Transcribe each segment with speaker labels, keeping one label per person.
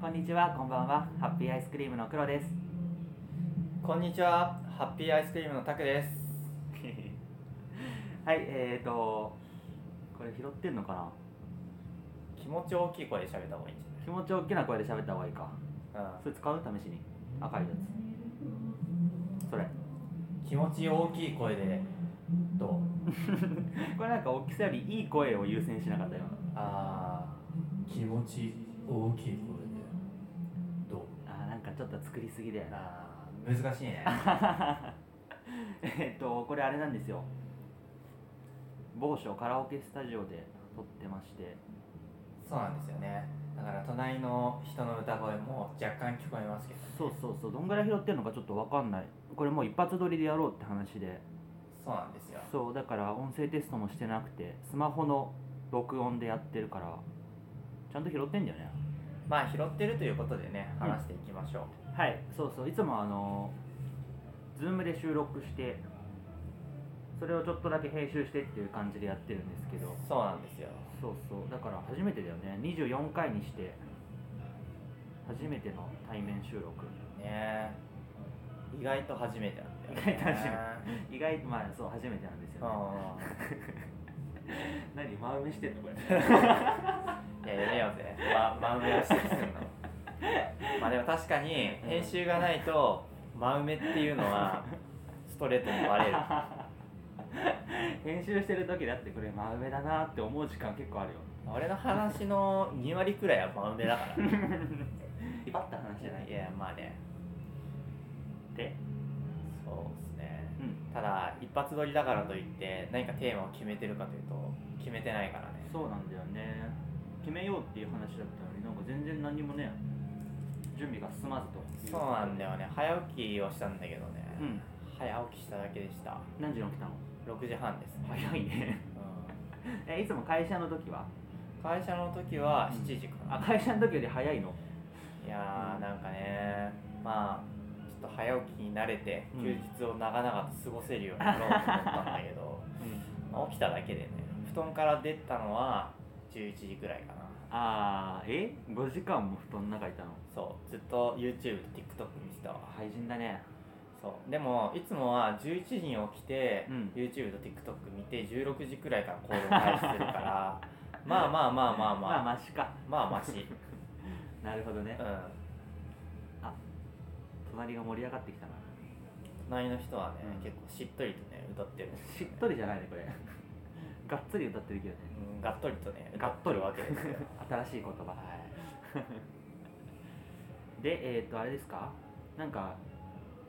Speaker 1: こんにちは、こんばんは。ハッピーアイスクリームの黒です。
Speaker 2: こんにちは、ハッピーアイスクリームのタクです。
Speaker 1: はい、えーと、これ拾ってんのかな
Speaker 2: 気持ち大きい声で喋った方がいいんじ
Speaker 1: 気持ち大きな声で喋った方がいいか。
Speaker 2: ゃない、
Speaker 1: それ使う試しに。赤いやつ。それ。
Speaker 2: うん、気持ち大きい声でどう
Speaker 1: これなんか大きさよりいい声を優先しなかったよ。
Speaker 2: あ
Speaker 3: 気持ち大きい声でどう
Speaker 1: あーなんかちょっと作りすぎだよ
Speaker 2: ー
Speaker 1: な。
Speaker 2: あー難しいね
Speaker 1: えーと、これあれなんですよ。某所カラオケスタジオで撮ってまして。
Speaker 2: そうなんですよねだから隣の人の歌声も若干聞こえますけど
Speaker 1: そうそうそう、どんぐらい拾ってんのかちょっとわかんない。これもう一発撮りでやろうって話で。
Speaker 2: そうなんですよ
Speaker 1: そうだから音声テストもしてなくてスマホの録音でやってるからちゃんと拾ってんだよね
Speaker 2: まあ拾ってるということでね
Speaker 1: うん
Speaker 2: 話していきましょう、
Speaker 1: はいそうそういつもあのズームで収録してそれをちょっとだけ編集してっていう感じでやってるんですけど
Speaker 2: そうなんですよ
Speaker 1: そうそうだから初めてだよね24回にして初めての対面収録
Speaker 2: ねえ意外と初めてなんだよ、
Speaker 1: 意
Speaker 2: ね、
Speaker 1: 外と初意外とまあそう初めてなんですよね何真埋めしてんのこれ
Speaker 2: うんいややめようぜま真埋めをしてす るのまあでも確かに編集がないと真埋めっていうのはストレートにバレる
Speaker 1: 編集してる時だってこれ真上だなって思う時間結構あるよ
Speaker 2: 俺の話の2割くらいは真埋めだから
Speaker 1: 引っ張った話じゃない
Speaker 2: いやまあね
Speaker 1: で
Speaker 2: そうですね
Speaker 1: うん
Speaker 2: ただ一発撮りだからといって何かテーマを決めてるかというと決めてないからね
Speaker 1: そうなんだよね決めようっていう話だったのになんか全然何もね準備が進まずという
Speaker 2: そうなんだよね早起きをしたんだけどね、
Speaker 1: うん
Speaker 2: 早起きしただけでした
Speaker 1: 何時に起きたの
Speaker 2: 6時半ですね、
Speaker 1: 早いね
Speaker 2: う
Speaker 1: えいつも会社の時は
Speaker 2: ん会社の時は7時かな、
Speaker 1: あ会社の時より早いの
Speaker 2: いやーなんかねまあちょっと早起きに慣れて
Speaker 1: うん
Speaker 2: 休日を長々と過ごせるようになろうと思ったんだけ ど、まあ起きただけでね布団から出たのは11時くらいかな
Speaker 1: ああえ5時間も布団の中いたの
Speaker 2: そうずっと YouTube と TikTok 見てたわ
Speaker 1: 廃人だね
Speaker 2: そうでもいつもは11時に起きて、
Speaker 1: うん
Speaker 2: YouTube と TikTok 見て16時くらいから行動開始するから まあまあまあまあま
Speaker 1: まあ
Speaker 2: あ
Speaker 1: マシか
Speaker 2: まあまし、うん、
Speaker 1: なるほどね隣が盛り上がってきたな
Speaker 2: 隣の人はね、
Speaker 1: うん
Speaker 2: 結構しっとりとね歌ってるんですよね
Speaker 1: しっとりじゃないねこれがっつり歌ってるけどね
Speaker 2: うんがっとりとね
Speaker 1: がっとり
Speaker 2: 歌ってる わけですよ
Speaker 1: 新しい言葉でえっ、とあれですかなんか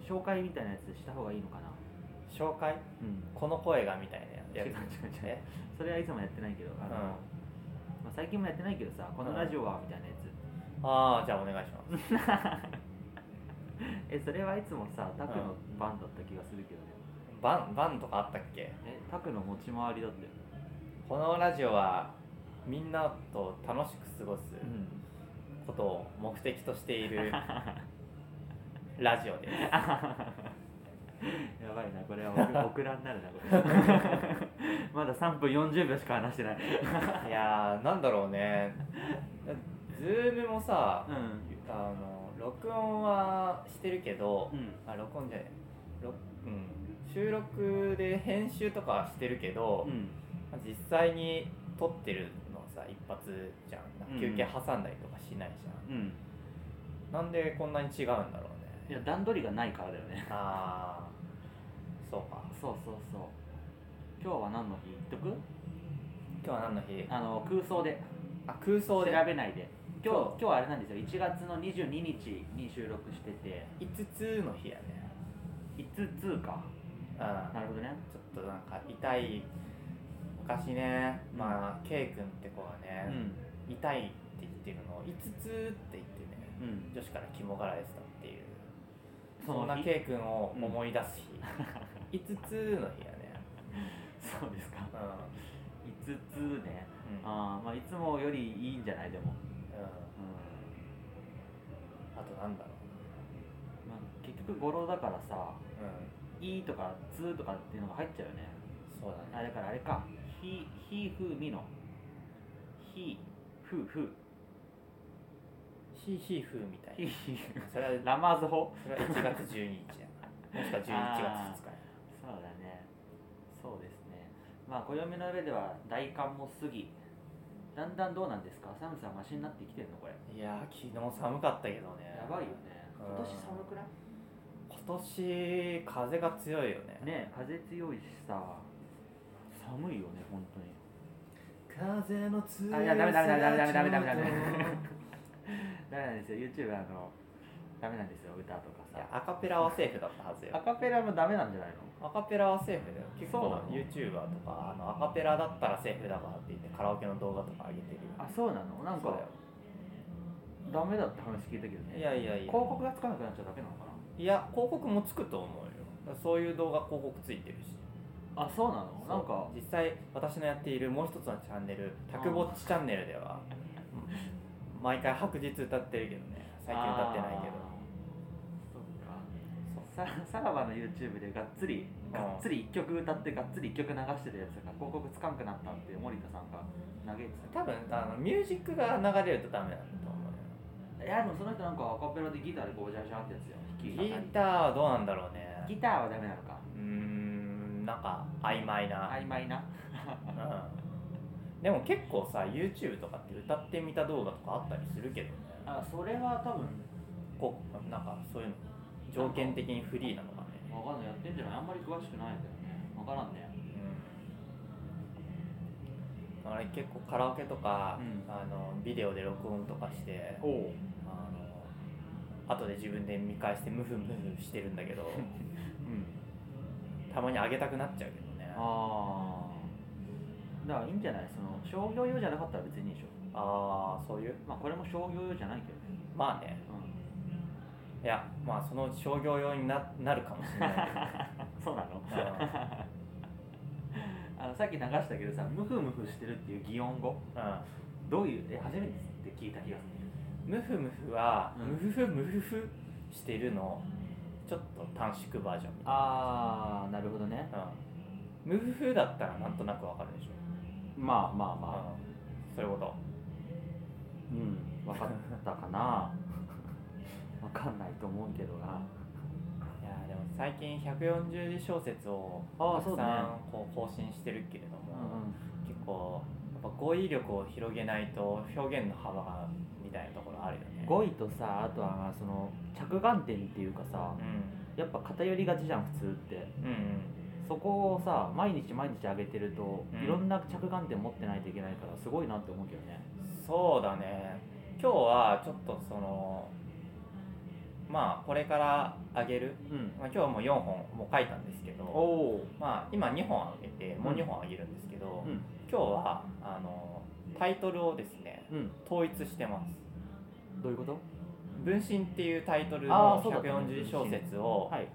Speaker 1: 紹介みたいなやつした方がいいのかな
Speaker 2: 紹介
Speaker 1: うん
Speaker 2: この声がみたいなや
Speaker 1: 違う
Speaker 2: つ
Speaker 1: 違う違う
Speaker 2: え
Speaker 1: それはいつもやってないけど
Speaker 2: う
Speaker 1: あ
Speaker 2: ん
Speaker 1: の、まあ、最近もやってないけどさこのラジオはみたいなやつ、
Speaker 2: ああじゃあお願いします
Speaker 1: えそれはいつもさタクの番だった気がするけどね、
Speaker 2: バンバンとかあったっけ
Speaker 1: えタクの持ち回りだったよ、
Speaker 2: このラジオはみんなと楽しく過ごす
Speaker 1: ん、
Speaker 2: ことを目的としてい るラジオ です
Speaker 1: やばいなこれは僕 オクラになるなこれ まだ3分40秒しか話してない
Speaker 2: いやーなんだろう ねズームもさ、
Speaker 1: うん
Speaker 2: あの録音はしてるけど、
Speaker 1: うん
Speaker 2: あ録音じゃない録、うん、収録で編集とかはしてるけど、
Speaker 1: うん
Speaker 2: まあ実際に撮ってるのはさ一発じゃんなん
Speaker 1: う
Speaker 2: か
Speaker 1: ん
Speaker 2: 休憩挟んだりとかしないじゃん、
Speaker 1: うん
Speaker 2: なんでこんなに違うんだろう
Speaker 1: い
Speaker 2: ね
Speaker 1: や段取りがないからだよね
Speaker 2: ああそうか
Speaker 1: そうそうそう今日は何の日言っとく
Speaker 2: 今日は何の日
Speaker 1: あの空想で
Speaker 2: あ空想
Speaker 1: 調
Speaker 2: で
Speaker 1: べないで今日
Speaker 2: そう
Speaker 1: 今日はあれなんですよ1月の22日に収録してて
Speaker 2: 5つの日やね
Speaker 1: 5つか
Speaker 2: うん
Speaker 1: なるほどね
Speaker 2: ちょっとなんか痛い昔ね、
Speaker 1: うん
Speaker 2: まあ K 君って子が
Speaker 1: う
Speaker 2: ね、
Speaker 1: ん
Speaker 2: 痛いって言ってるのを5つって言ってね
Speaker 1: うん
Speaker 2: 女子から肝がられてたっていう
Speaker 1: そ
Speaker 2: そ
Speaker 1: の日
Speaker 2: んな K 君を思い出す日、5つの日やね
Speaker 1: そうですか
Speaker 2: うん、
Speaker 1: 5つね
Speaker 2: うん
Speaker 1: あーまあいつもよりいいんじゃないでも
Speaker 2: うん
Speaker 1: うん
Speaker 2: あとなんだろ
Speaker 1: まあ結局語呂だからさ
Speaker 2: う
Speaker 1: 「
Speaker 2: う
Speaker 1: い」とか「つ」とかっていうのが入っちゃうよね
Speaker 2: んそうだ
Speaker 1: あ
Speaker 2: ね
Speaker 1: だからあれか「ひ」「ひ」「ふ」「み」の「ひ」「ふ」「ふ」
Speaker 2: ヒーヒーフーみたいなそれ は
Speaker 1: ラマーズ法
Speaker 2: それは1月12日やなもしく
Speaker 1: あー
Speaker 2: は11月2日や
Speaker 1: そうだねそうですねまあ暦の上では大寒も過ぎだんだんどうなんですか寒さマシになってきてるのこれ
Speaker 2: いやー昨日寒かったけどね
Speaker 1: やばいよね
Speaker 2: うん
Speaker 1: 今年寒くない
Speaker 2: 今年風が強いよね
Speaker 1: ねえ風強いしさ寒いよね本当に
Speaker 2: 風の強
Speaker 1: あいやダメダメダメダメダメダメダメダメダメなんですよ YouTube あのダメなんですよ歌とか
Speaker 2: いや
Speaker 1: さ
Speaker 2: アカペラはセーフだったはずよ
Speaker 1: アカペラもダメなんじゃないの
Speaker 2: アカペラはセーフだよ結
Speaker 1: そう
Speaker 2: 構
Speaker 1: なの
Speaker 2: YouTuber とかあのアカペラだったらセーフだからって言ってカラオケの動画とか上げてるよ
Speaker 1: あそうなのなん
Speaker 2: そうだ
Speaker 1: か
Speaker 2: よ
Speaker 1: ダメだって話聞いたけどね
Speaker 2: いやいやいや
Speaker 1: 広告がつかなくなっちゃダメなのか
Speaker 2: いや広告もつくと思うよだからそういう動画広告ついてるし
Speaker 1: なあそうなのなんか
Speaker 2: 実際私のやっているもう一つのチャンネル「タクボッチチャンネル」では毎回白日歌ってるけどね最近歌ってないけど
Speaker 1: どそっかささらばの YouTube でがっつり
Speaker 2: ん
Speaker 1: がっつり1曲歌ってがっつり1曲流してるやつが広告つかんくなったって森田さんが嘆いて
Speaker 2: 多分あのミュージックが流れるとダメなんだと思う
Speaker 1: た
Speaker 2: よ
Speaker 1: いやでもその人なんかアカペラでギターでこうジャジャンってやつよ弾き語り
Speaker 2: ギターはどうなんだろうね
Speaker 1: ギターはダメなのか
Speaker 2: うーんなんか曖昧な、
Speaker 1: 曖昧な
Speaker 2: うん、でも結構さ YouTube とかって歌ってみた動画とかあったりするけどね
Speaker 1: あそれは多分
Speaker 2: こうなんかそういうの条件的にフリーなのかね、
Speaker 1: 分かんないやってんじゃないあんまり詳しくないんだよね分からんね
Speaker 2: うん、あれ結構カラオケとか、
Speaker 1: うん
Speaker 2: あのビデオで録音とかして
Speaker 1: おお
Speaker 2: あの後で自分で見返してムフムフしてるんだけ ど
Speaker 1: うん
Speaker 2: たまに上げたくなっちゃうけどね
Speaker 1: ああだからいいんじゃないその商業用じゃなかったら別にいいでしょ
Speaker 2: あーそういう
Speaker 1: まあこれも商業用じゃないけどね
Speaker 2: まあねいやまあそのうち商業用にななるかもしれない
Speaker 1: うんそうなの
Speaker 2: けどうん
Speaker 1: あのさっき流したけどさムフムフしてるっていう擬音語
Speaker 2: う
Speaker 1: どういうえ初めてって聞いた気がす
Speaker 2: んムフムフは、
Speaker 1: うん
Speaker 2: ムフフムフフしてるのちょっと短縮バージョンみ
Speaker 1: る
Speaker 2: たい
Speaker 1: ああなるほどね
Speaker 2: な、うん、ムフフだったらなんとなくわかるでしょ、
Speaker 1: まあまあ
Speaker 2: うん
Speaker 1: まあ、
Speaker 2: そういうこと
Speaker 1: うん分かったかな 分かんないと思うけどない
Speaker 2: やーでも最近140小節を
Speaker 1: あー
Speaker 2: た
Speaker 1: そ
Speaker 2: く
Speaker 1: うだ
Speaker 2: さ
Speaker 1: ね
Speaker 2: んこう更新してるけれど
Speaker 1: う
Speaker 2: も、
Speaker 1: ん
Speaker 2: 結構やっぱ語彙力を広げないと表現の幅がみたいなところあるよね
Speaker 1: 語彙とさあとはその着眼点っていうかさ
Speaker 2: うん
Speaker 1: やっぱ偏りがちじゃん普通って
Speaker 2: うん
Speaker 1: そこをさ毎日毎日上げてると、
Speaker 2: うん
Speaker 1: いろんな着眼点持ってないといけないからすごいなって思うけどね
Speaker 2: うんそうだね今日はちょっとそのまあこれからあげる、
Speaker 1: うん
Speaker 2: まあ、今日はもう4本もう書いたんですけど
Speaker 1: お
Speaker 2: まあ今2本あげてもう2本あげるんですけど、
Speaker 1: うん
Speaker 2: 今日はあのタイトルをですね
Speaker 1: うん
Speaker 2: 統一してます
Speaker 1: どういうこと
Speaker 2: 分身っていうタイトル
Speaker 1: あー
Speaker 2: の
Speaker 1: そうだったね
Speaker 2: 140小節をあ、
Speaker 1: はい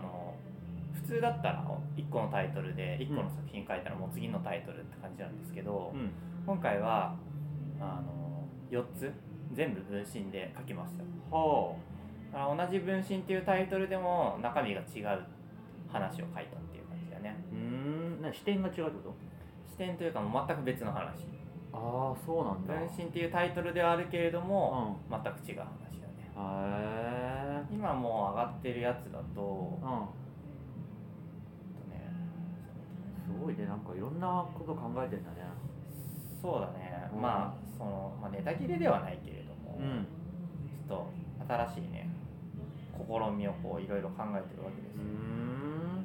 Speaker 2: の普通だったら1個のタイトルで1個の作品書いたらもう次のタイトルって感じなんですけど、
Speaker 1: うん
Speaker 2: 今回はあの4つ全部分身で書きました
Speaker 1: は
Speaker 2: だから同じ分身っていうタイトルでも中身が違う話を書いたっていう感じだね
Speaker 1: うーんな視点が違うってこ
Speaker 2: 視点というかもう全く別の話
Speaker 1: とああそうなんだ
Speaker 2: 分
Speaker 1: へ
Speaker 2: 身っていうタイトルではあるけれども
Speaker 1: うん
Speaker 2: 全く違う話だね
Speaker 1: え
Speaker 2: 今もう上がってるやつだと
Speaker 1: うん
Speaker 2: えっとね
Speaker 1: すごいねなんかいろんなこと考えてんだね
Speaker 2: そうだね、
Speaker 1: うん
Speaker 2: まあその、まあ、ネタ切れではないけれども、
Speaker 1: うん
Speaker 2: ちょっと新しいね試みをこういろいろ考えてるわけです
Speaker 1: うー
Speaker 2: よ、
Speaker 1: ん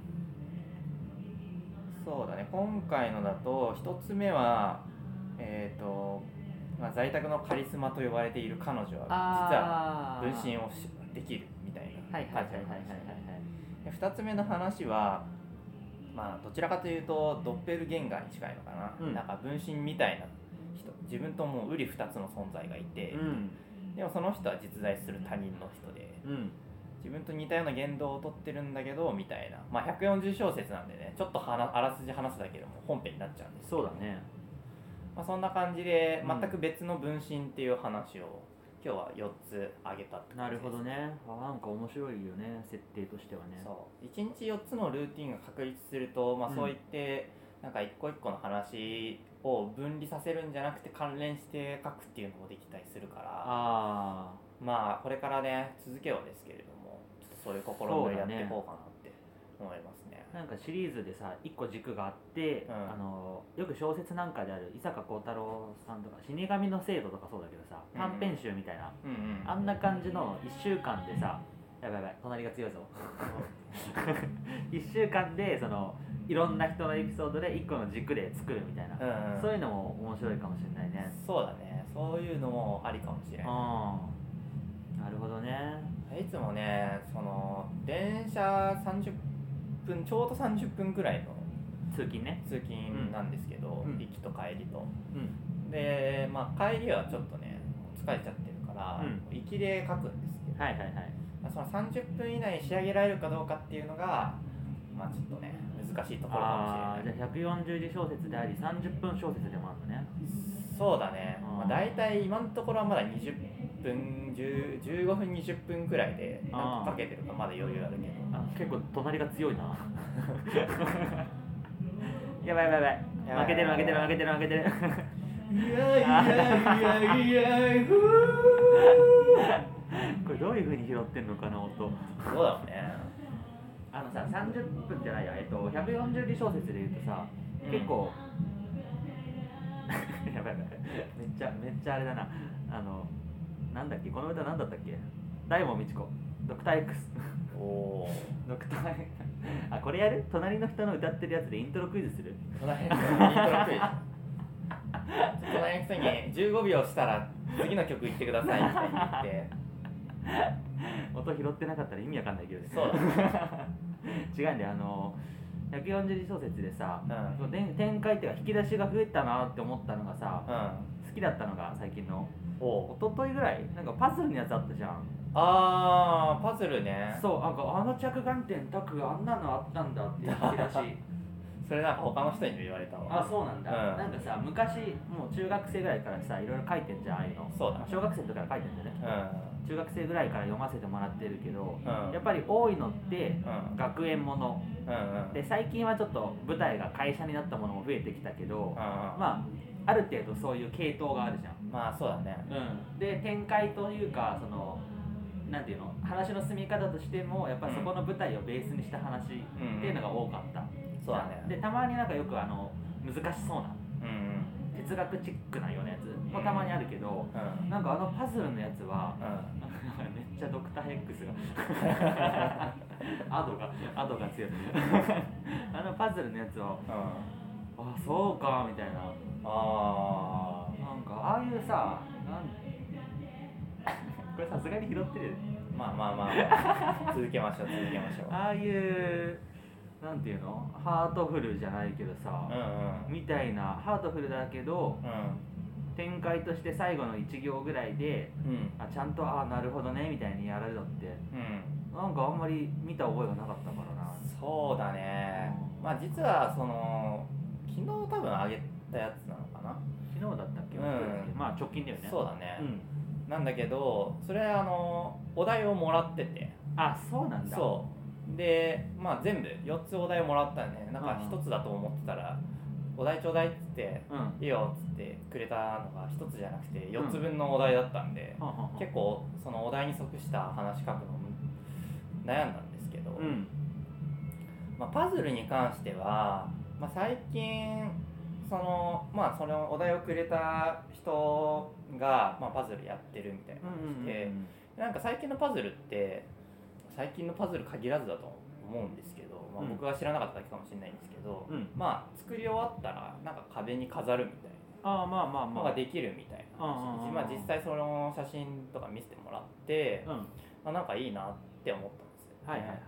Speaker 2: そうだね今回のだと1つ目はえっ、と、まあ、在宅のカリスマと呼ばれている彼女は実は
Speaker 1: あ
Speaker 2: 分身
Speaker 1: を
Speaker 2: をしできるみたいな
Speaker 1: はいはいはいはいはい
Speaker 2: 感
Speaker 1: はい
Speaker 2: じの話で2つ目の話はまあどちらかというとドッペルゲンガーに近いのかな、
Speaker 1: うん
Speaker 2: なんか分身みたいな人自分ともう瓜二つの存在がいて、
Speaker 1: うん
Speaker 2: でもその人は実在する他人の人で
Speaker 1: うん
Speaker 2: 自分と似たような言動をとってるんだけどみたいなまあ140小節なんでねちょっとはなあらすじ話すだけでも本編になっちゃうんですけど
Speaker 1: そうだね
Speaker 2: まあ、そんな感じで
Speaker 1: うん
Speaker 2: 全く別の分身っていう話を今日は4つあげたって
Speaker 1: な
Speaker 2: 感じ
Speaker 1: る
Speaker 2: で
Speaker 1: ほ
Speaker 2: す
Speaker 1: どねあなんか面白いよね設定としてはね
Speaker 2: そう1日4つのルーティンが確立すると、まあ
Speaker 1: う、ん
Speaker 2: そういって、なんか一個一個の話を分離させるんじゃなくて関連して書くっていうのもできたりするから
Speaker 1: ああ
Speaker 2: まあこれからね続けようですけれどもちょっとそういう心もやっていこうかなって思いますね
Speaker 1: なんかシリーズでさ一個軸があって、
Speaker 2: うん
Speaker 1: あのよく小説なんかである伊坂幸太郎さんとか「死神の制度」とかそうだけどさ
Speaker 2: うん
Speaker 1: 短編集みたいな、
Speaker 2: うんうん
Speaker 1: あんな感じの1週間でさやばいやばい隣が強いぞ1週間でそのいろんな人のエピソードで1個の軸で作るみたいな、
Speaker 2: うんうん
Speaker 1: そういうのも面白いかもしれないね
Speaker 2: そうだねそういうのもありかもしれない
Speaker 1: うんなるほどね
Speaker 2: いつもねその電車30分ちょうど30分くらいの
Speaker 1: 通勤ね
Speaker 2: 通勤なんですけど、
Speaker 1: うん
Speaker 2: 行きと帰りと
Speaker 1: うん
Speaker 2: で、まあ、帰りはちょっとね疲れちゃってるから、
Speaker 1: う
Speaker 2: 行きで書くんですけど、
Speaker 1: はいはいはい
Speaker 2: まあその30分以内に仕上げられるかどうかっていうのがまあちょっとね難しいところか
Speaker 1: あ
Speaker 2: も
Speaker 1: あ
Speaker 2: しれ
Speaker 1: ー
Speaker 2: ない
Speaker 1: じゃあ140字小説であり30分小説でもあるのね
Speaker 2: そうだね、
Speaker 1: うん
Speaker 2: まあ、大体今のところはまだ20分10 15分20分くらいでなんか書けてるかまだ余裕あるけど
Speaker 1: あ結構隣が強いな やばいやばいやばい
Speaker 2: やばい
Speaker 1: 負けてる負けてる負けてる負けてる
Speaker 3: い やいやいやいやふ
Speaker 1: これどういうふうに拾ってんのかな音
Speaker 2: そうだろうね
Speaker 1: あのさ30分じゃないやえっと140字小説で言うとさ
Speaker 2: うん
Speaker 1: 結構、 やばいやばいめっちゃめっちゃあれだなあのなんだっけこの歌なんだったっけ大門みち子ドクター X
Speaker 2: おお
Speaker 1: ドクター あこれやる隣の人の歌ってるやつでイントロクイズする
Speaker 2: 隣の人にイントロクイズちょっと隣の人に15秒したら次の曲行ってくださいみたいに言って
Speaker 1: 音拾ってなかったら意味わかんないけどね
Speaker 2: そうだ
Speaker 1: 違うんだよあの140字小説でさ、
Speaker 2: うん
Speaker 1: その展展開っていうか引き出しが増えたなって思ったのがさ、
Speaker 2: うん
Speaker 1: 好きだったのが最近の
Speaker 2: お
Speaker 1: 一
Speaker 2: お
Speaker 1: 昨日ぐらいなんかパズルのやつあったじゃん
Speaker 2: あーパズルね
Speaker 1: そうなんかあの着眼点タクあんなのあったんだっていう引き出 し
Speaker 2: それなんか他の人にも言われたわ
Speaker 1: あそうなんだ、
Speaker 2: うん
Speaker 1: なんかさ昔もう中学生ぐらいからさいろいろ書いてんじゃんああいうの
Speaker 2: そうだ
Speaker 1: 小学生の時から書いてんだよね
Speaker 2: う
Speaker 1: 中学生ぐらいから読ませてもらってるけど、
Speaker 2: んうん
Speaker 1: やっぱり多いのって
Speaker 2: うん
Speaker 1: 学園もの
Speaker 2: うんうん
Speaker 1: で最近はちょっと舞台が会社になったものも増えてきたけど、
Speaker 2: まあ
Speaker 1: まあある程度そういう系統があるじゃん
Speaker 2: まあそうだね
Speaker 1: うん、で展開というかそのなんていうの話の進み方としてもやっぱりそこの舞台をベースにした話っていうのが多かった、
Speaker 2: そうだね
Speaker 1: でたまになんかよくあの難しそうな
Speaker 2: うんうん
Speaker 1: 哲学チックなようなやつもたまにあるけど、
Speaker 2: うん
Speaker 1: なんかあのパズルのやつは
Speaker 2: うん
Speaker 1: なんかめっちゃドクター X が アドがアドが強い あのパズルのやつは
Speaker 2: うん
Speaker 1: あそうかみたいな
Speaker 2: あ
Speaker 1: なんかああいうさなん これさすがに拾ってるよね
Speaker 2: ーまあまあまあまあ続けましょう続けましょう
Speaker 1: ああいうなんていうのハートフルじゃないけどさ
Speaker 2: うん、うん
Speaker 1: みたいなハートフルだけど
Speaker 2: うん
Speaker 1: 展開として最後の1行ぐらいで
Speaker 2: うん
Speaker 1: あちゃんとああなるほどねみたいにやられるのって
Speaker 2: うん、
Speaker 1: なんかあんまり見た覚えがなかったからな
Speaker 2: そうだね、まあ実はその昨日多分あげたやつなのかな、
Speaker 1: 昨日だったっけ、
Speaker 2: うん
Speaker 1: 忘れたっけまあ直近だよね
Speaker 2: そう
Speaker 1: う
Speaker 2: だね、
Speaker 1: ん、
Speaker 2: なんだけどそれあのお題をもらってて
Speaker 1: あそうなんだ
Speaker 2: そうでまあ全部4つお題もらったんでなんか
Speaker 1: うん
Speaker 2: 1つだと思ってたら「お題ちょうだい」っつって
Speaker 1: ううんは
Speaker 2: 「いいよ」っつってくれたのが1つじゃなくて4つ分のお題だったんで、
Speaker 1: あはあはあ
Speaker 2: 結構そのお題に即した話書くの悩んだんですけど、
Speaker 1: うん
Speaker 2: まあ、パズルに関しては、まあ、最近そのまあそのお題をくれた人が、まあ、パズルやってるみたいな
Speaker 1: うんうんうん
Speaker 2: でなんか最近のパズルって最近のパズル限らずだと思うんですけど、まあ
Speaker 1: うん、
Speaker 2: 僕が知らなかっただけかもしれないんですけど、
Speaker 1: うん
Speaker 2: まあ作り終わったらなんか壁に飾るみたい
Speaker 1: ああまあまあ
Speaker 2: なの
Speaker 1: ま
Speaker 2: が
Speaker 1: あ
Speaker 2: できるみたいな
Speaker 1: うんうんうん
Speaker 2: まあ、実際その写真とか見せてもらって、
Speaker 1: うんはい
Speaker 2: まあ、なんかいいなって思ったんですよ、
Speaker 1: はいはいはい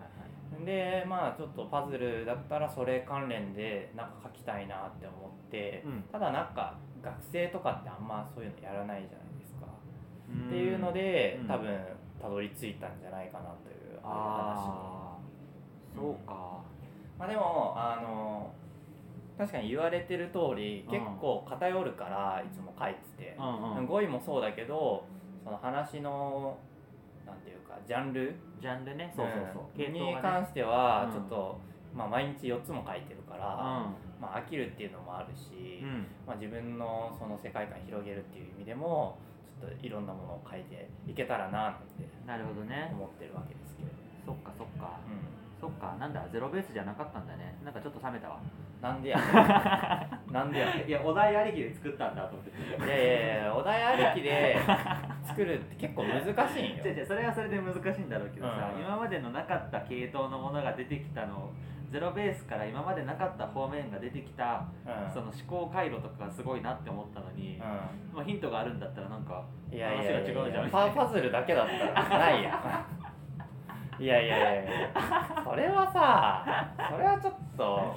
Speaker 2: でまあちょっとパズルだったらそれ関連でなんか書きたいなって思って、
Speaker 1: うん
Speaker 2: ただなんか学生とかってあんまそういうのやらないじゃないですか、
Speaker 1: っ
Speaker 2: っていうので、
Speaker 1: うん
Speaker 2: 多分たどり着いたんじゃないかなという話に
Speaker 1: ああそうか
Speaker 2: まあでもあの確かに言われてる通り
Speaker 1: うん
Speaker 2: 結構偏るからいつも書いてて、
Speaker 1: うんうん
Speaker 2: 語彙もそうだけどその話のなんていうかジャンル
Speaker 1: ジャンルねそうそうそう、
Speaker 2: うん
Speaker 1: 系統
Speaker 2: に
Speaker 1: がね
Speaker 2: 関しては
Speaker 1: うん
Speaker 2: ちょっとまあ、毎日4つも書いてるから、
Speaker 1: う
Speaker 2: まあ、飽きるっていうのもあるし、
Speaker 1: ん
Speaker 2: まあ、自分のその世界観広げるっていう意味でもちょっといろんなものを書いていけたらななんて
Speaker 1: なるほどね
Speaker 2: 思ってるわけですけれど、
Speaker 1: そっかそっか
Speaker 2: う
Speaker 1: そっかなんだゼロベースじゃなかったんだねなんかちょっと冷めたわ
Speaker 2: ん、なんでや なんでやい
Speaker 1: やお題ありきで作ったんだと思って
Speaker 2: やいやいやお題ありきで作るって結構 難しいんよ
Speaker 1: 違う違うそれはそれで難しいんだろうけどさ、
Speaker 2: うん
Speaker 1: 今までのなかった系統のものが出てきたのゼロベースから今までなかった方面が出てきた、
Speaker 2: うん
Speaker 1: その思考回路とかがすごいなって思ったのに、
Speaker 2: う
Speaker 1: まあヒントがあるんだったらなんか
Speaker 2: ん、いやいやいやい
Speaker 1: 話が違うじゃ
Speaker 2: や
Speaker 1: ん
Speaker 2: パパズルだけだったらないやんいやいやいやいやそれはさそれはちょっと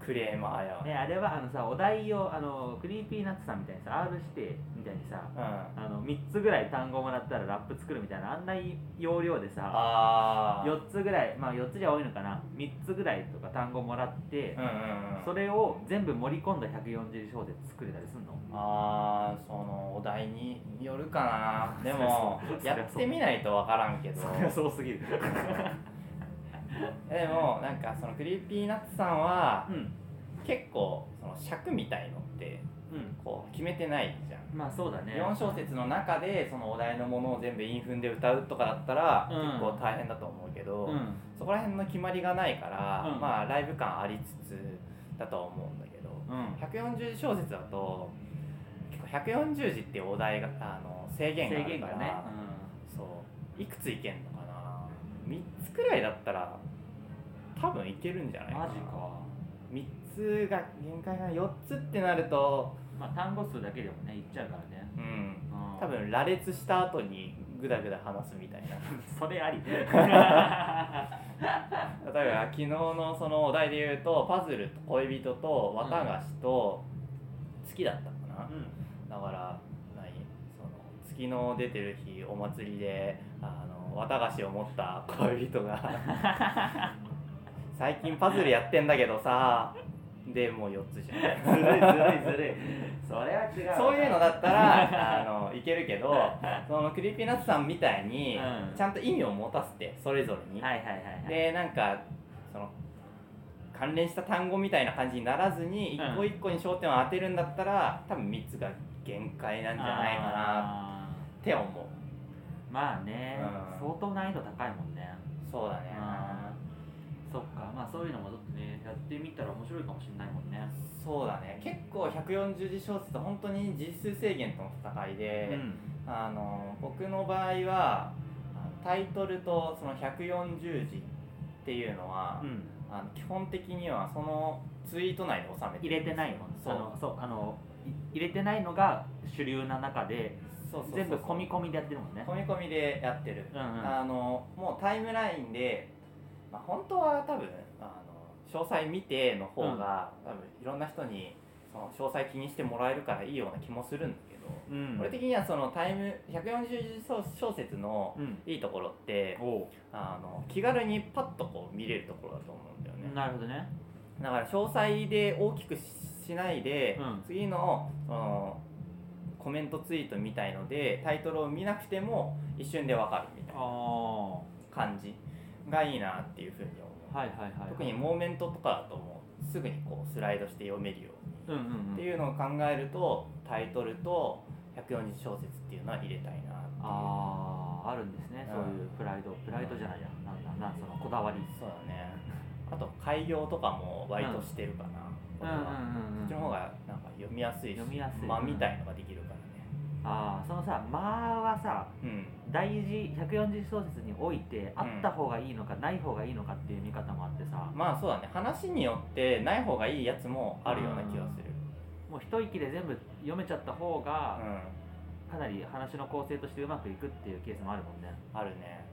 Speaker 2: クレーマーよ、
Speaker 1: ねあれはあのさお題をあのクリーピーナッツさんみたいにさ R 指定みたいにさ
Speaker 2: うん、あ
Speaker 1: あの3つぐらい単語もらったらラップ作るみたいなあんな要領でさ
Speaker 2: あー
Speaker 1: 4つぐらいまあ4つじゃ多いのかな3つぐらいとか単語もらって
Speaker 2: うんうんうん
Speaker 1: それを全部盛り込んだ140小節作れたりすんの
Speaker 2: あーそのお題によるか なでも
Speaker 1: そりゃそう
Speaker 2: やってみないとわからんけど
Speaker 1: それは そうすぎ る
Speaker 2: でもなんかそのクリーピーナッツさんは
Speaker 1: うん
Speaker 2: 結構その尺みたいのって
Speaker 1: うん
Speaker 2: こう決めてないじゃん
Speaker 1: まあそうだね
Speaker 2: 4小節の中でそのお題のものを全部韻踏んで歌うとかだったら
Speaker 1: うん
Speaker 2: 結構大変だと思うけど、
Speaker 1: うん
Speaker 2: そこら辺の決まりがないから、
Speaker 1: うん
Speaker 2: まあライブ感ありつつだとは思うんだけど
Speaker 1: うん
Speaker 2: 140小節だと結構140字っていうお題があの制限があ
Speaker 1: 制
Speaker 2: る
Speaker 1: 限
Speaker 2: か
Speaker 1: が
Speaker 2: ら、
Speaker 1: ね
Speaker 2: そういくついけんのかな3つくらいだったら多分いけるんじゃな
Speaker 1: うん
Speaker 2: いかな
Speaker 1: マジか
Speaker 2: 3つが限界が4つってなると
Speaker 1: まあ単語数だけでもねいっちゃうからね
Speaker 2: うん
Speaker 1: うん
Speaker 2: 多分羅列した後にグダグダ話すみたいな
Speaker 1: それ あり
Speaker 2: 例えば昨日のそのお題で言うとパズルと恋人と綿菓子と月だったかな、だから何その月の出てる日お祭りであの綿菓子を持った恋人が最近パズルやってんだけどさでもう4つじゃん
Speaker 1: ずるいずるいずるいそれは違うわ
Speaker 2: そういうのだったらあのいけるけどそのクリーピーナッツさんみたいに、
Speaker 1: うん
Speaker 2: ちゃんと意味を持たせてそれぞれに、
Speaker 1: はいはいはいはい
Speaker 2: でなんかその関連した単語みたいな感じにならずに
Speaker 1: うん
Speaker 2: 一個一個に焦点を当てるんだったら、多分3つが限界なんじゃないかな
Speaker 1: あ
Speaker 2: って思う
Speaker 1: ーまあね、
Speaker 2: うん
Speaker 1: 相当難易度高いもんね
Speaker 2: そうだね
Speaker 1: うんそっかまあそういうのもちょっとねやってみたら面白いかもしれないもんね
Speaker 2: そうだね結構140字小説は本当に字数制限との戦いで、
Speaker 1: うん
Speaker 2: あの僕の場合はあのタイトルとその140字っていうのは、
Speaker 1: うん
Speaker 2: あの基本的にはそのツイート内で収めて
Speaker 1: 入
Speaker 2: る
Speaker 1: れてないもん
Speaker 2: そう
Speaker 1: あのそうあのい入れてないのが主流な中で
Speaker 2: そうそうそうそう
Speaker 1: 全部込み込みでやってるもんね
Speaker 2: 込み込みでやってる、
Speaker 1: うんうん
Speaker 2: あのもうタイムラインで、まあ、本当は多分あの詳細見ての方が、多分いろんな人にその詳細気にしてもらえるからいいような気もするんだけど、
Speaker 1: うん
Speaker 2: 俺的にはそのタイム140字小説の
Speaker 1: うん
Speaker 2: いいところって
Speaker 1: お
Speaker 2: あの気軽にパッとこう見れるところだと思うんだよね、
Speaker 1: うなるほどね
Speaker 2: だから詳細で大きくししないで、
Speaker 1: うん
Speaker 2: 次のそのコメントツイートみたいのでタイトルを見なくても一瞬でわかるみたい
Speaker 1: あ
Speaker 2: な
Speaker 1: あは
Speaker 2: 感じがいいなっていうふうに思う、
Speaker 1: いはいはい
Speaker 2: 特にモーメントとかだともうすぐにこうスライドして読めるよう
Speaker 1: うんうんう
Speaker 2: に
Speaker 1: ん
Speaker 2: っていうのを考えるとタイトルと140小節っていうのは入れたいなっていう
Speaker 1: あああるんですね、
Speaker 2: うん
Speaker 1: そういうプライドプライドじゃないやなんだなんそのこだわり
Speaker 2: そうだねあと開業とかも割としてるかな、これはそっちの方がなんか読みやすいし
Speaker 1: 読みやすい
Speaker 2: 間みたいのができるから
Speaker 1: ああそのさ「まあ」はさ
Speaker 2: ね
Speaker 1: 大事140小節においてあった方がいいのか、ない方がいいのかっていう見方もあってさ
Speaker 2: うんまあそうだね話によってない方がいいやつもあるような気がする
Speaker 1: もう一息で全部読めちゃった方
Speaker 2: う
Speaker 1: が
Speaker 2: ん
Speaker 1: かなり話の構成としてうまくいくっていうケースもあるもんね
Speaker 2: あるね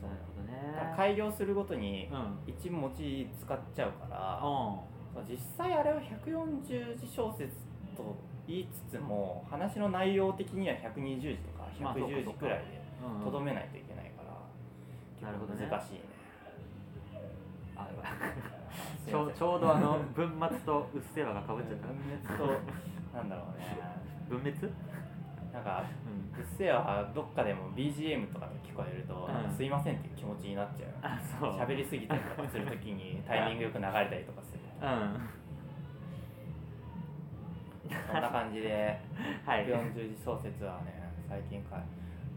Speaker 2: そう
Speaker 1: なるほどね
Speaker 2: だから開業するごとに
Speaker 1: うんうん
Speaker 2: 一文字使っちゃうからそう実際あれは140字小説と言いつつも話の内容的には120字とか
Speaker 1: まあそうか
Speaker 2: 110字くらいで
Speaker 1: うん
Speaker 2: とどめないといけないから
Speaker 1: なるほどね
Speaker 2: 結構難しいね
Speaker 1: あやばい
Speaker 2: すい
Speaker 1: ち
Speaker 2: ま
Speaker 1: ょう
Speaker 2: せん
Speaker 1: ちょうどあ の文末とうっせぇわがかぶっちゃった
Speaker 2: 分裂となんだろうね
Speaker 1: 文滅
Speaker 2: なんか
Speaker 1: うん
Speaker 2: うっせえはどっかでも BGM とかが聞こえると、
Speaker 1: うん
Speaker 2: なんかすいませんっていう気持ちになっちゃ
Speaker 1: あそう
Speaker 2: う喋りすぎたりとかするとき にタイミングよく流れたりとかする
Speaker 1: うん
Speaker 2: そんな感じで
Speaker 1: はい
Speaker 2: 140字小説はね最近か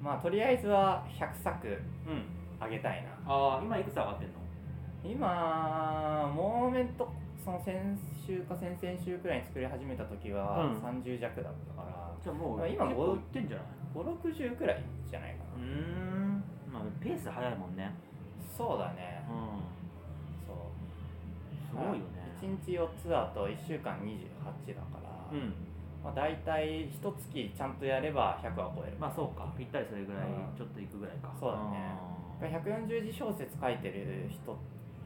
Speaker 2: まあとりあえずは100作
Speaker 1: うん
Speaker 2: あげたいな
Speaker 1: ああ今いくつ上がってんの
Speaker 2: 今モーメントその先週か先々週くらいに作り始めた時は
Speaker 1: うん
Speaker 2: 30弱だったから、
Speaker 1: じゃあも
Speaker 2: あ
Speaker 1: う
Speaker 2: 今
Speaker 1: 結構いってんじゃない
Speaker 2: 560くらいじゃないか
Speaker 1: うー
Speaker 2: な、
Speaker 1: んまあペース早いもんね
Speaker 2: そうだね
Speaker 1: うん
Speaker 2: そう
Speaker 1: すごいよね
Speaker 2: 1日4つだと1週間28だから、
Speaker 1: うん
Speaker 2: まあ、大体1月ちゃんとやれば100は超える、
Speaker 1: まあそうかぴったりそれぐらい
Speaker 2: うん
Speaker 1: ちょっといくぐらいか
Speaker 2: そうだね140字小説書いてる人っ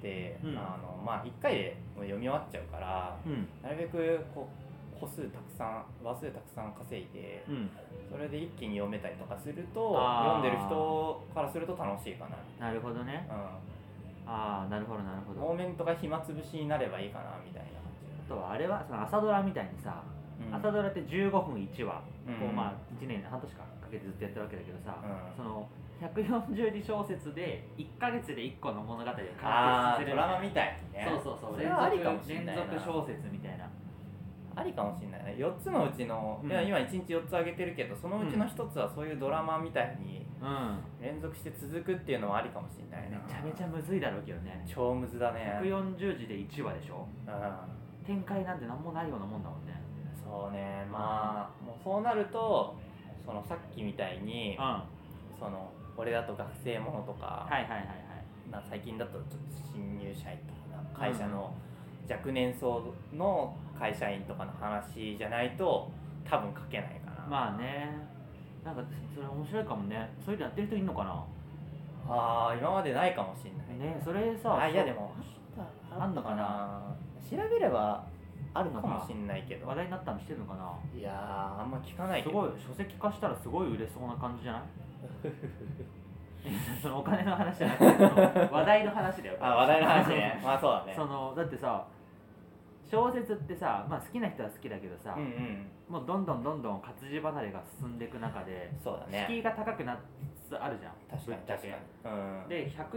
Speaker 2: て、
Speaker 1: うん
Speaker 2: あのまあ、1回でもう読み終わっちゃうから
Speaker 1: うんうん
Speaker 2: なるべくこう個数たくさん話数たくさん稼いで
Speaker 1: うん
Speaker 2: それで一気に読めたりとかすると
Speaker 1: あー
Speaker 2: 読んでる人からすると楽しいかな、
Speaker 1: なるほどねああなるほどなるほ
Speaker 2: うん、
Speaker 1: ど
Speaker 2: モーメントが暇つぶしになればいいかなみたいな
Speaker 1: あとはあれはその朝ドラみたいにさ、
Speaker 2: 感じ、
Speaker 1: 朝ドラって15分1話、
Speaker 2: うん
Speaker 1: こうまあ1年半年かかけてずっとやってるわけだけどさ、
Speaker 2: う
Speaker 1: そ
Speaker 2: ん
Speaker 1: の140字小説で1か月で1個の物語を完結さ
Speaker 2: ああ
Speaker 1: せ
Speaker 2: ー
Speaker 1: る
Speaker 2: ドラマみたいにね
Speaker 1: そうそうそう
Speaker 2: それはありかもしれ
Speaker 1: 連
Speaker 2: ない
Speaker 1: 続
Speaker 2: な
Speaker 1: 連続小説みたいな
Speaker 2: ありかもしれないね4つのうちの、
Speaker 1: うん
Speaker 2: いや今1日4つあげてるけどそのうちの1つはそういうドラマみたいに
Speaker 1: うん
Speaker 2: 連続して続くっていうのはありかもしれない
Speaker 1: め
Speaker 2: な
Speaker 1: ちゃめちゃむずいだろうけどね
Speaker 2: 超むずだねうん
Speaker 1: 140字で1話でしょ展開なんて何もないようなもんだもんね
Speaker 2: そうねまあもうそうなるとそのさっきみたいに
Speaker 1: うんは
Speaker 2: その俺だと学生ものとか
Speaker 1: い、はいはいはい
Speaker 2: まあ最近だとちょっと新入社員とかな会社の若年層の会社員とかの話じゃないと多分書けないかな、
Speaker 1: まあねなんかそれ面白いかもねそういうのやってる人いるのかな
Speaker 2: あー今までないかもしれない
Speaker 1: ねそれさ
Speaker 2: あいや
Speaker 1: そう
Speaker 2: でも
Speaker 1: あんのか
Speaker 2: な調べれば
Speaker 1: あるの
Speaker 2: か
Speaker 1: か
Speaker 2: も
Speaker 1: な
Speaker 2: しんないけど
Speaker 1: 話題になったりしてるのかない
Speaker 2: やーあんま聞かない
Speaker 1: す
Speaker 2: け
Speaker 1: ご
Speaker 2: ど
Speaker 1: い書籍化したらすごい売れそうな感じ じゃないそのお金の話じゃなくてその話題の話だよ
Speaker 2: あ話題の 話ねまあそうだね
Speaker 1: そのだってさ小説ってさ、まあ、好きな人は好きだけどさ、
Speaker 2: うんうん
Speaker 1: もうどんどんどんどん活字離れが進んでいく中で
Speaker 2: そうだ
Speaker 1: 敷
Speaker 2: ね
Speaker 1: 居が高くなっつつあるじゃん
Speaker 2: 確かに
Speaker 1: ぶっちゃ
Speaker 2: 確か
Speaker 1: け
Speaker 2: に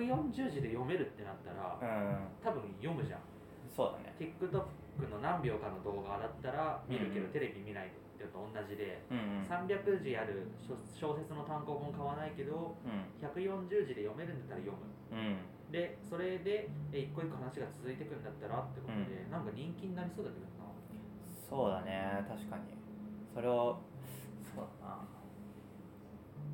Speaker 2: う
Speaker 1: で140
Speaker 2: ん
Speaker 1: 字で読めるってなった
Speaker 2: う
Speaker 1: ら
Speaker 2: ん
Speaker 1: 多分読むじゃん
Speaker 2: そうだね
Speaker 1: TikTok の何秒かの動画だったら見るけど、
Speaker 2: うん
Speaker 1: テレビ見ないってのと同じで
Speaker 2: うんうん
Speaker 1: 300字ある小小説の単行本買わないけど140字で読めるんだったら読む
Speaker 2: うんうん
Speaker 1: でそれでえ一個一個話が続いてくんだったらってことで、なんか人気になりそうだけどな
Speaker 2: そうだね確かにそれをそうだな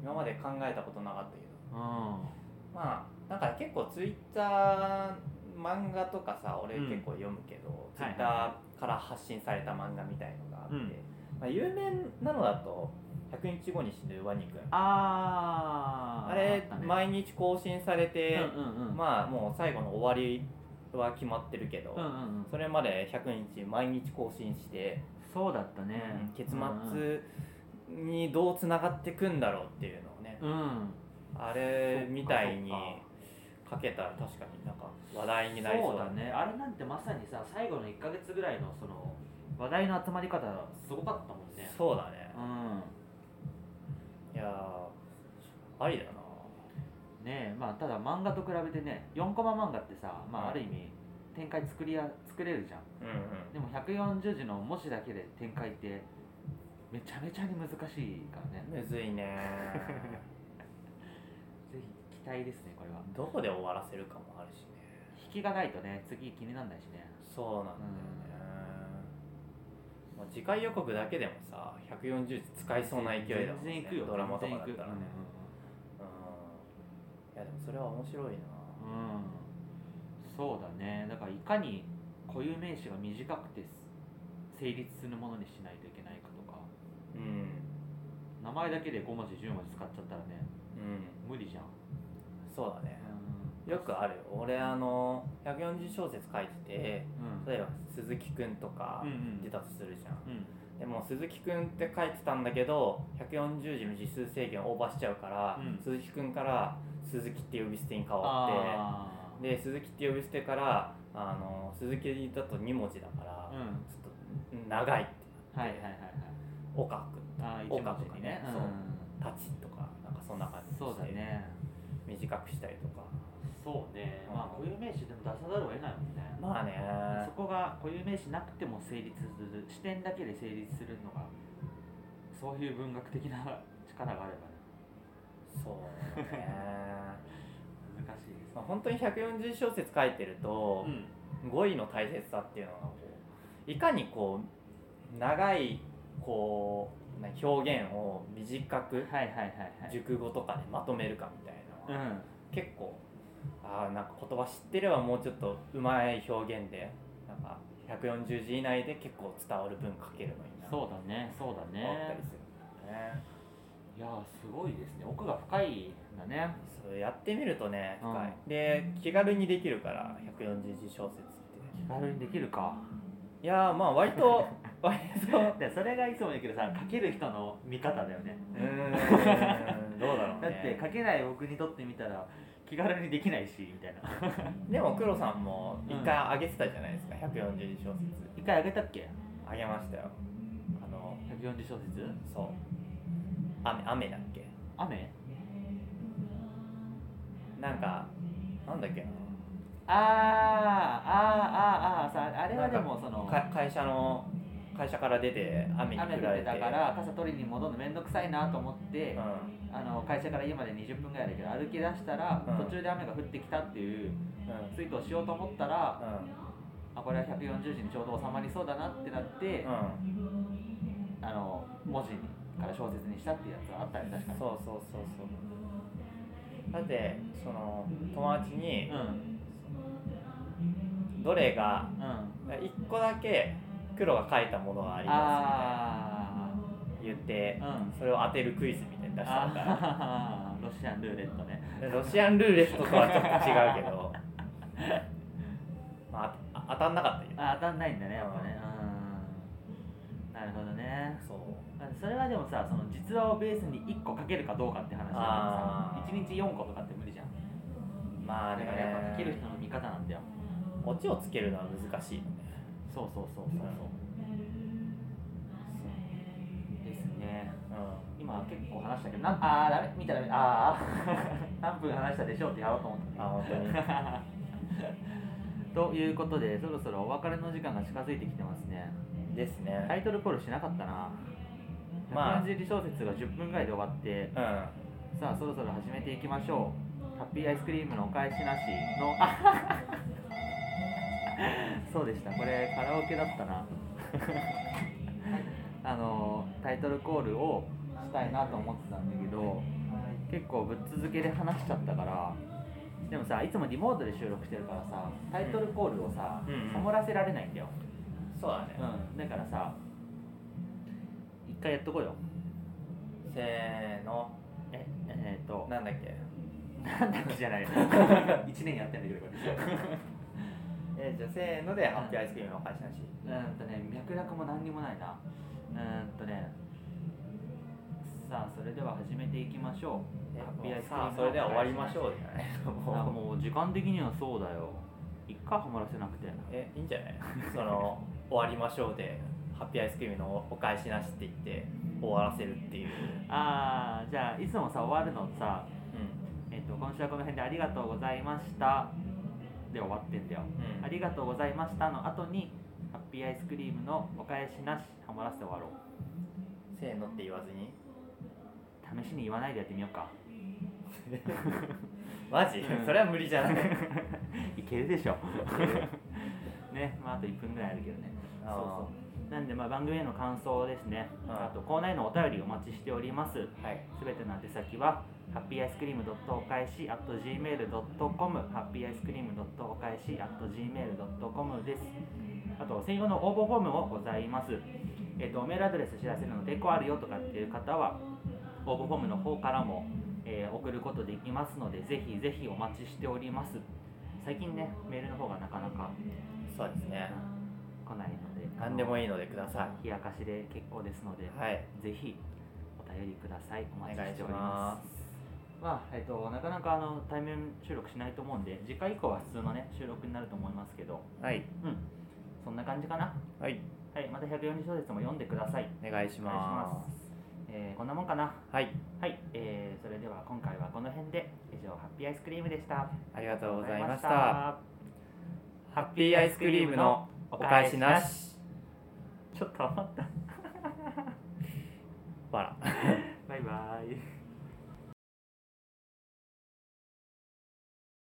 Speaker 2: 今まで考えたことなかったけど
Speaker 1: う
Speaker 2: まあなんか結構ツイッター漫画とかさ俺
Speaker 1: うん
Speaker 2: 結構読むけど、
Speaker 1: い
Speaker 2: ツイッターから発信された漫画みたいのがあって、
Speaker 1: うん
Speaker 2: まあ、有名なのだと「100日後に死ぬワニくん」
Speaker 1: あー
Speaker 2: あれ
Speaker 1: ったね
Speaker 2: 毎日更新されて、
Speaker 1: うんうんうん
Speaker 2: まあもう最後の終わりは決まってるけど、
Speaker 1: うんうんうん
Speaker 2: それまで100日毎日更新して、
Speaker 1: そうだったね、
Speaker 2: 結末にどうつながってくんだろうっていうのをね、
Speaker 1: うん、うん
Speaker 2: あれみたいに
Speaker 1: そっかそっか
Speaker 2: かけたら確かになんか話題になり
Speaker 1: そ
Speaker 2: そうう
Speaker 1: だねあれなんてまさにさ最後の1か月ぐらいのその話題の集まり方すごかったもんね
Speaker 2: そうだね
Speaker 1: う
Speaker 2: いやーありだなん
Speaker 1: ねえまあただ漫画と比べてね4コマ漫画ってさま
Speaker 2: うん
Speaker 1: あある意味展開作りや作れるじゃん
Speaker 2: うん
Speaker 1: でも140字の文字だけで展開ってめちゃめちゃに難しいからね
Speaker 2: うんむずいね
Speaker 1: ぜひ期待ですねこれは
Speaker 2: どこで終わらせるかもあるしね
Speaker 1: 引きがないとね次気にならないしね
Speaker 2: そうなんだよね、もう次回予告だけでもさ140字使いそうな勢いだもん
Speaker 1: 全然
Speaker 2: ね
Speaker 1: いくよ
Speaker 2: ドラマとかだったらね
Speaker 1: 全然いく
Speaker 2: うんいやでもそれは面白いな
Speaker 1: うんうんうんそうだねだからいかに固有名詞が短くて成立するものにしないといけないかとか
Speaker 2: うん
Speaker 1: 名前だけで5文字10文字使っちゃったらね
Speaker 2: うん
Speaker 1: 無理じゃん
Speaker 2: そうだねよくあるよ俺あの140小説書いてて
Speaker 1: うん
Speaker 2: 例えば鈴木くんとか
Speaker 1: うんうん
Speaker 2: 出たとするじゃん、
Speaker 1: うん
Speaker 2: でも鈴木くんって書いてたんだけど140字の字数制限をオーバーしちゃうから、
Speaker 1: うん
Speaker 2: 鈴木くんから鈴木って呼び捨てに変わ
Speaker 1: あ
Speaker 2: っ
Speaker 1: ー
Speaker 2: てで鈴木って呼び捨てからあの鈴木だと2文字だから、
Speaker 1: うん
Speaker 2: ちょっと長いって
Speaker 1: はいはいはいはい
Speaker 2: 岡くん
Speaker 1: ああ一
Speaker 2: 岡
Speaker 1: 文
Speaker 2: と
Speaker 1: 字
Speaker 2: か
Speaker 1: に
Speaker 2: ね
Speaker 1: ね
Speaker 2: そう
Speaker 1: うん
Speaker 2: 立チとかなんかそんな感じ
Speaker 1: そうだ
Speaker 2: で
Speaker 1: ね
Speaker 2: 短くしたりとか
Speaker 1: そうねまあ固有名詞でも出さざるを得ないもんね
Speaker 2: まあね
Speaker 1: そこが固有名詞なくても成立する視点だけで成立するのがそういう文学的な力があればね
Speaker 2: そうね
Speaker 1: 難しいです
Speaker 2: まあ本当に140小節書いてると、
Speaker 1: うん
Speaker 2: 語彙の大切さっていうのがこういかにこう長いこうな表現を短く
Speaker 1: はいはいはいはい
Speaker 2: 熟語とかでまとめるかみたいなのは、
Speaker 1: うん
Speaker 2: 結構あーなんか言葉知ってればもうちょっとうまい表現でなんか140字以内で結構伝わる文書けるのいいな
Speaker 1: そうだねそうだ
Speaker 2: 思ったり
Speaker 1: ね
Speaker 2: するね
Speaker 1: いやーすごいですね奥が深いんだね
Speaker 2: そうやってみるとね深い、
Speaker 1: う
Speaker 2: で気軽にできるから140字小説って
Speaker 1: 気軽にできるか
Speaker 2: いや ーまあ割と割とう
Speaker 1: でそれがいつも言うけどさ書ける人の見方だよね
Speaker 2: ーんどうだろう
Speaker 1: だ
Speaker 2: ね
Speaker 1: って書けない僕にとってみたら気軽にできないしみたいな
Speaker 2: でも黒さんも一回あげてたじゃないですか、140字小説
Speaker 1: 一回あげたっけ
Speaker 2: あげましたよあの
Speaker 1: 140小節
Speaker 2: そう雨雨だっけ
Speaker 1: 雨
Speaker 2: なんかなんだっけな
Speaker 1: あーあーあーあーさあれはで
Speaker 2: な
Speaker 1: も
Speaker 2: んか
Speaker 1: その
Speaker 2: か会社の会社から出て雨に降
Speaker 1: 雨が
Speaker 2: ら
Speaker 1: 降って
Speaker 2: れて
Speaker 1: たから傘取りに戻るのめんどくさいなと思って、
Speaker 2: うん、う
Speaker 1: あの会社から家まで20分ぐらいだけど歩き出したら、
Speaker 2: うん
Speaker 1: 途中で雨が降ってきたっていうんツイートをしようと思ったら、
Speaker 2: う
Speaker 1: あこれは140字にちょうど収まりそうだなってなって、
Speaker 2: んうん、
Speaker 1: あの文字から小説にしたっていうやつはあったよね確かに
Speaker 2: そうそうそうそうだってその友達に
Speaker 1: うん
Speaker 2: どれが
Speaker 1: うん
Speaker 2: 1個だけ黒が書いたものがありま
Speaker 1: あ
Speaker 2: すみたいな言って
Speaker 1: あうん
Speaker 2: それを当てるクイズみたいに出したのから
Speaker 1: あーロシアンルーレットね
Speaker 2: でロシアンルーレットとはちょっと違う けどまああ当たんなかったけど
Speaker 1: あ当たんないんだねやっぱねうんなるほどね
Speaker 2: そう
Speaker 1: あそれはでもさその実話をベースに1個書けるかどうかって話だから
Speaker 2: あ
Speaker 1: さ
Speaker 2: ー
Speaker 1: 1日4個とかって無理じゃん
Speaker 2: まあ
Speaker 1: だ
Speaker 2: で
Speaker 1: か
Speaker 2: も
Speaker 1: らやっぱ書ける
Speaker 2: ね
Speaker 1: 人の見方なんだよ
Speaker 2: オチをつけるのは難しいよね
Speaker 1: そうそうそうそうそうですね
Speaker 2: う
Speaker 1: 今結構話したけどなんああダメ見たらダメああ 何分話したでしょうってやろうと思ったんだけ
Speaker 2: ん
Speaker 1: ど
Speaker 2: あ本当に
Speaker 1: ということでそろそろお別れの時間が近づいてきてますね
Speaker 2: ですね
Speaker 1: タイトルコールしなかったな
Speaker 2: まあ
Speaker 1: 140字小説が10分ぐらいで終わって
Speaker 2: うん
Speaker 1: さあそろそろ始めていきましょうハッピーアイスクリームのお返しなしの あそうでしたこれカラオケだったなあのタイトルコールをしたいなと思ってたんだけど結構ぶっ続けで話しちゃったからでもさいつもリモートで収録してるからさタイトルコールをさ、
Speaker 2: うんうん
Speaker 1: サボらせられないんだよ、
Speaker 2: そうだね、
Speaker 1: うん、だからさ一回やっとこうよ
Speaker 2: せーの
Speaker 1: ええー、っと
Speaker 2: なんだっけ
Speaker 1: なんだっけじゃない一年やってんだけどこれ
Speaker 2: えーじゃあせーのでハッピーアイスクリームのお返しなし
Speaker 1: うーんとね脈絡も何にもないなうーんとねさあそれでは始めていきましょう
Speaker 2: え
Speaker 1: ハッピーアイスクリ
Speaker 2: さ
Speaker 1: ー
Speaker 2: あ
Speaker 1: ム
Speaker 2: それでは終わりまし
Speaker 1: う
Speaker 2: ょうじゃない
Speaker 1: あ
Speaker 2: も
Speaker 1: も
Speaker 2: う
Speaker 1: う時間的にはそうだよ一回はまらせなくて
Speaker 2: えいいんじゃない その終わりましょうでハッピーアイスクリームのお返しなしって言って終わらせるっていう、
Speaker 1: ああじゃあいつもさ終わるのさ
Speaker 2: う
Speaker 1: えっと今週はこの辺でありがとうございましたで終わってんだよ
Speaker 2: んうん、
Speaker 1: ありがとうございましたの後にハッピーアイスクリームのお返しなしハマらせて終わろう
Speaker 2: せーのって言わず に
Speaker 1: 試しに言わないでやってみようか
Speaker 2: マジ、
Speaker 1: うん
Speaker 2: それは無理じゃない
Speaker 1: いけるでしょ ねまああと1分ぐらいあるけどね
Speaker 2: あー
Speaker 1: そうそうなんでまあ番組への感想ですね
Speaker 2: うん
Speaker 1: あとコーナーへのお便りお待ちしております
Speaker 2: はい
Speaker 1: すべての宛先はハッピーアイスクリームお返し at gmail.com ハッピーアイスクリームお返し at gmail.com ですあと専用の応募フォームもございますえっ、とメールアドレス知らせるのでこうあるよとかっていう方は応募フォームの方からも、えー送ることできますのでぜひぜひお待ちしております最近ねメールの方がなかなか
Speaker 2: そうですね
Speaker 1: 来ないので
Speaker 2: 何でもいいのでくださ
Speaker 1: 冷やかしで結構ですので、
Speaker 2: いはい
Speaker 1: ぜひお便りくださいお
Speaker 2: お
Speaker 1: 待
Speaker 2: 願
Speaker 1: ち
Speaker 2: い
Speaker 1: し
Speaker 2: して
Speaker 1: おります
Speaker 2: ます
Speaker 1: まあえっと、なかなかあの対面収録しないと思うんで次回以降は普通の、ね、収録になると思いますけど、
Speaker 2: はい
Speaker 1: うん、そんな感じかな、
Speaker 2: はい
Speaker 1: はい、また140小節も読んでください
Speaker 2: お願いし
Speaker 1: お願いしま、
Speaker 2: ます
Speaker 1: えーこんなもんかな
Speaker 2: すはい
Speaker 1: はいピーアイスクリームでした。
Speaker 2: ありがとうご
Speaker 1: ありがとうござ
Speaker 2: ざいまし
Speaker 1: い
Speaker 2: た
Speaker 1: ました。ハッ
Speaker 2: ハッピーアイスクリームのお返しなし
Speaker 1: ちょっと余った。
Speaker 2: わら
Speaker 1: バイバイ。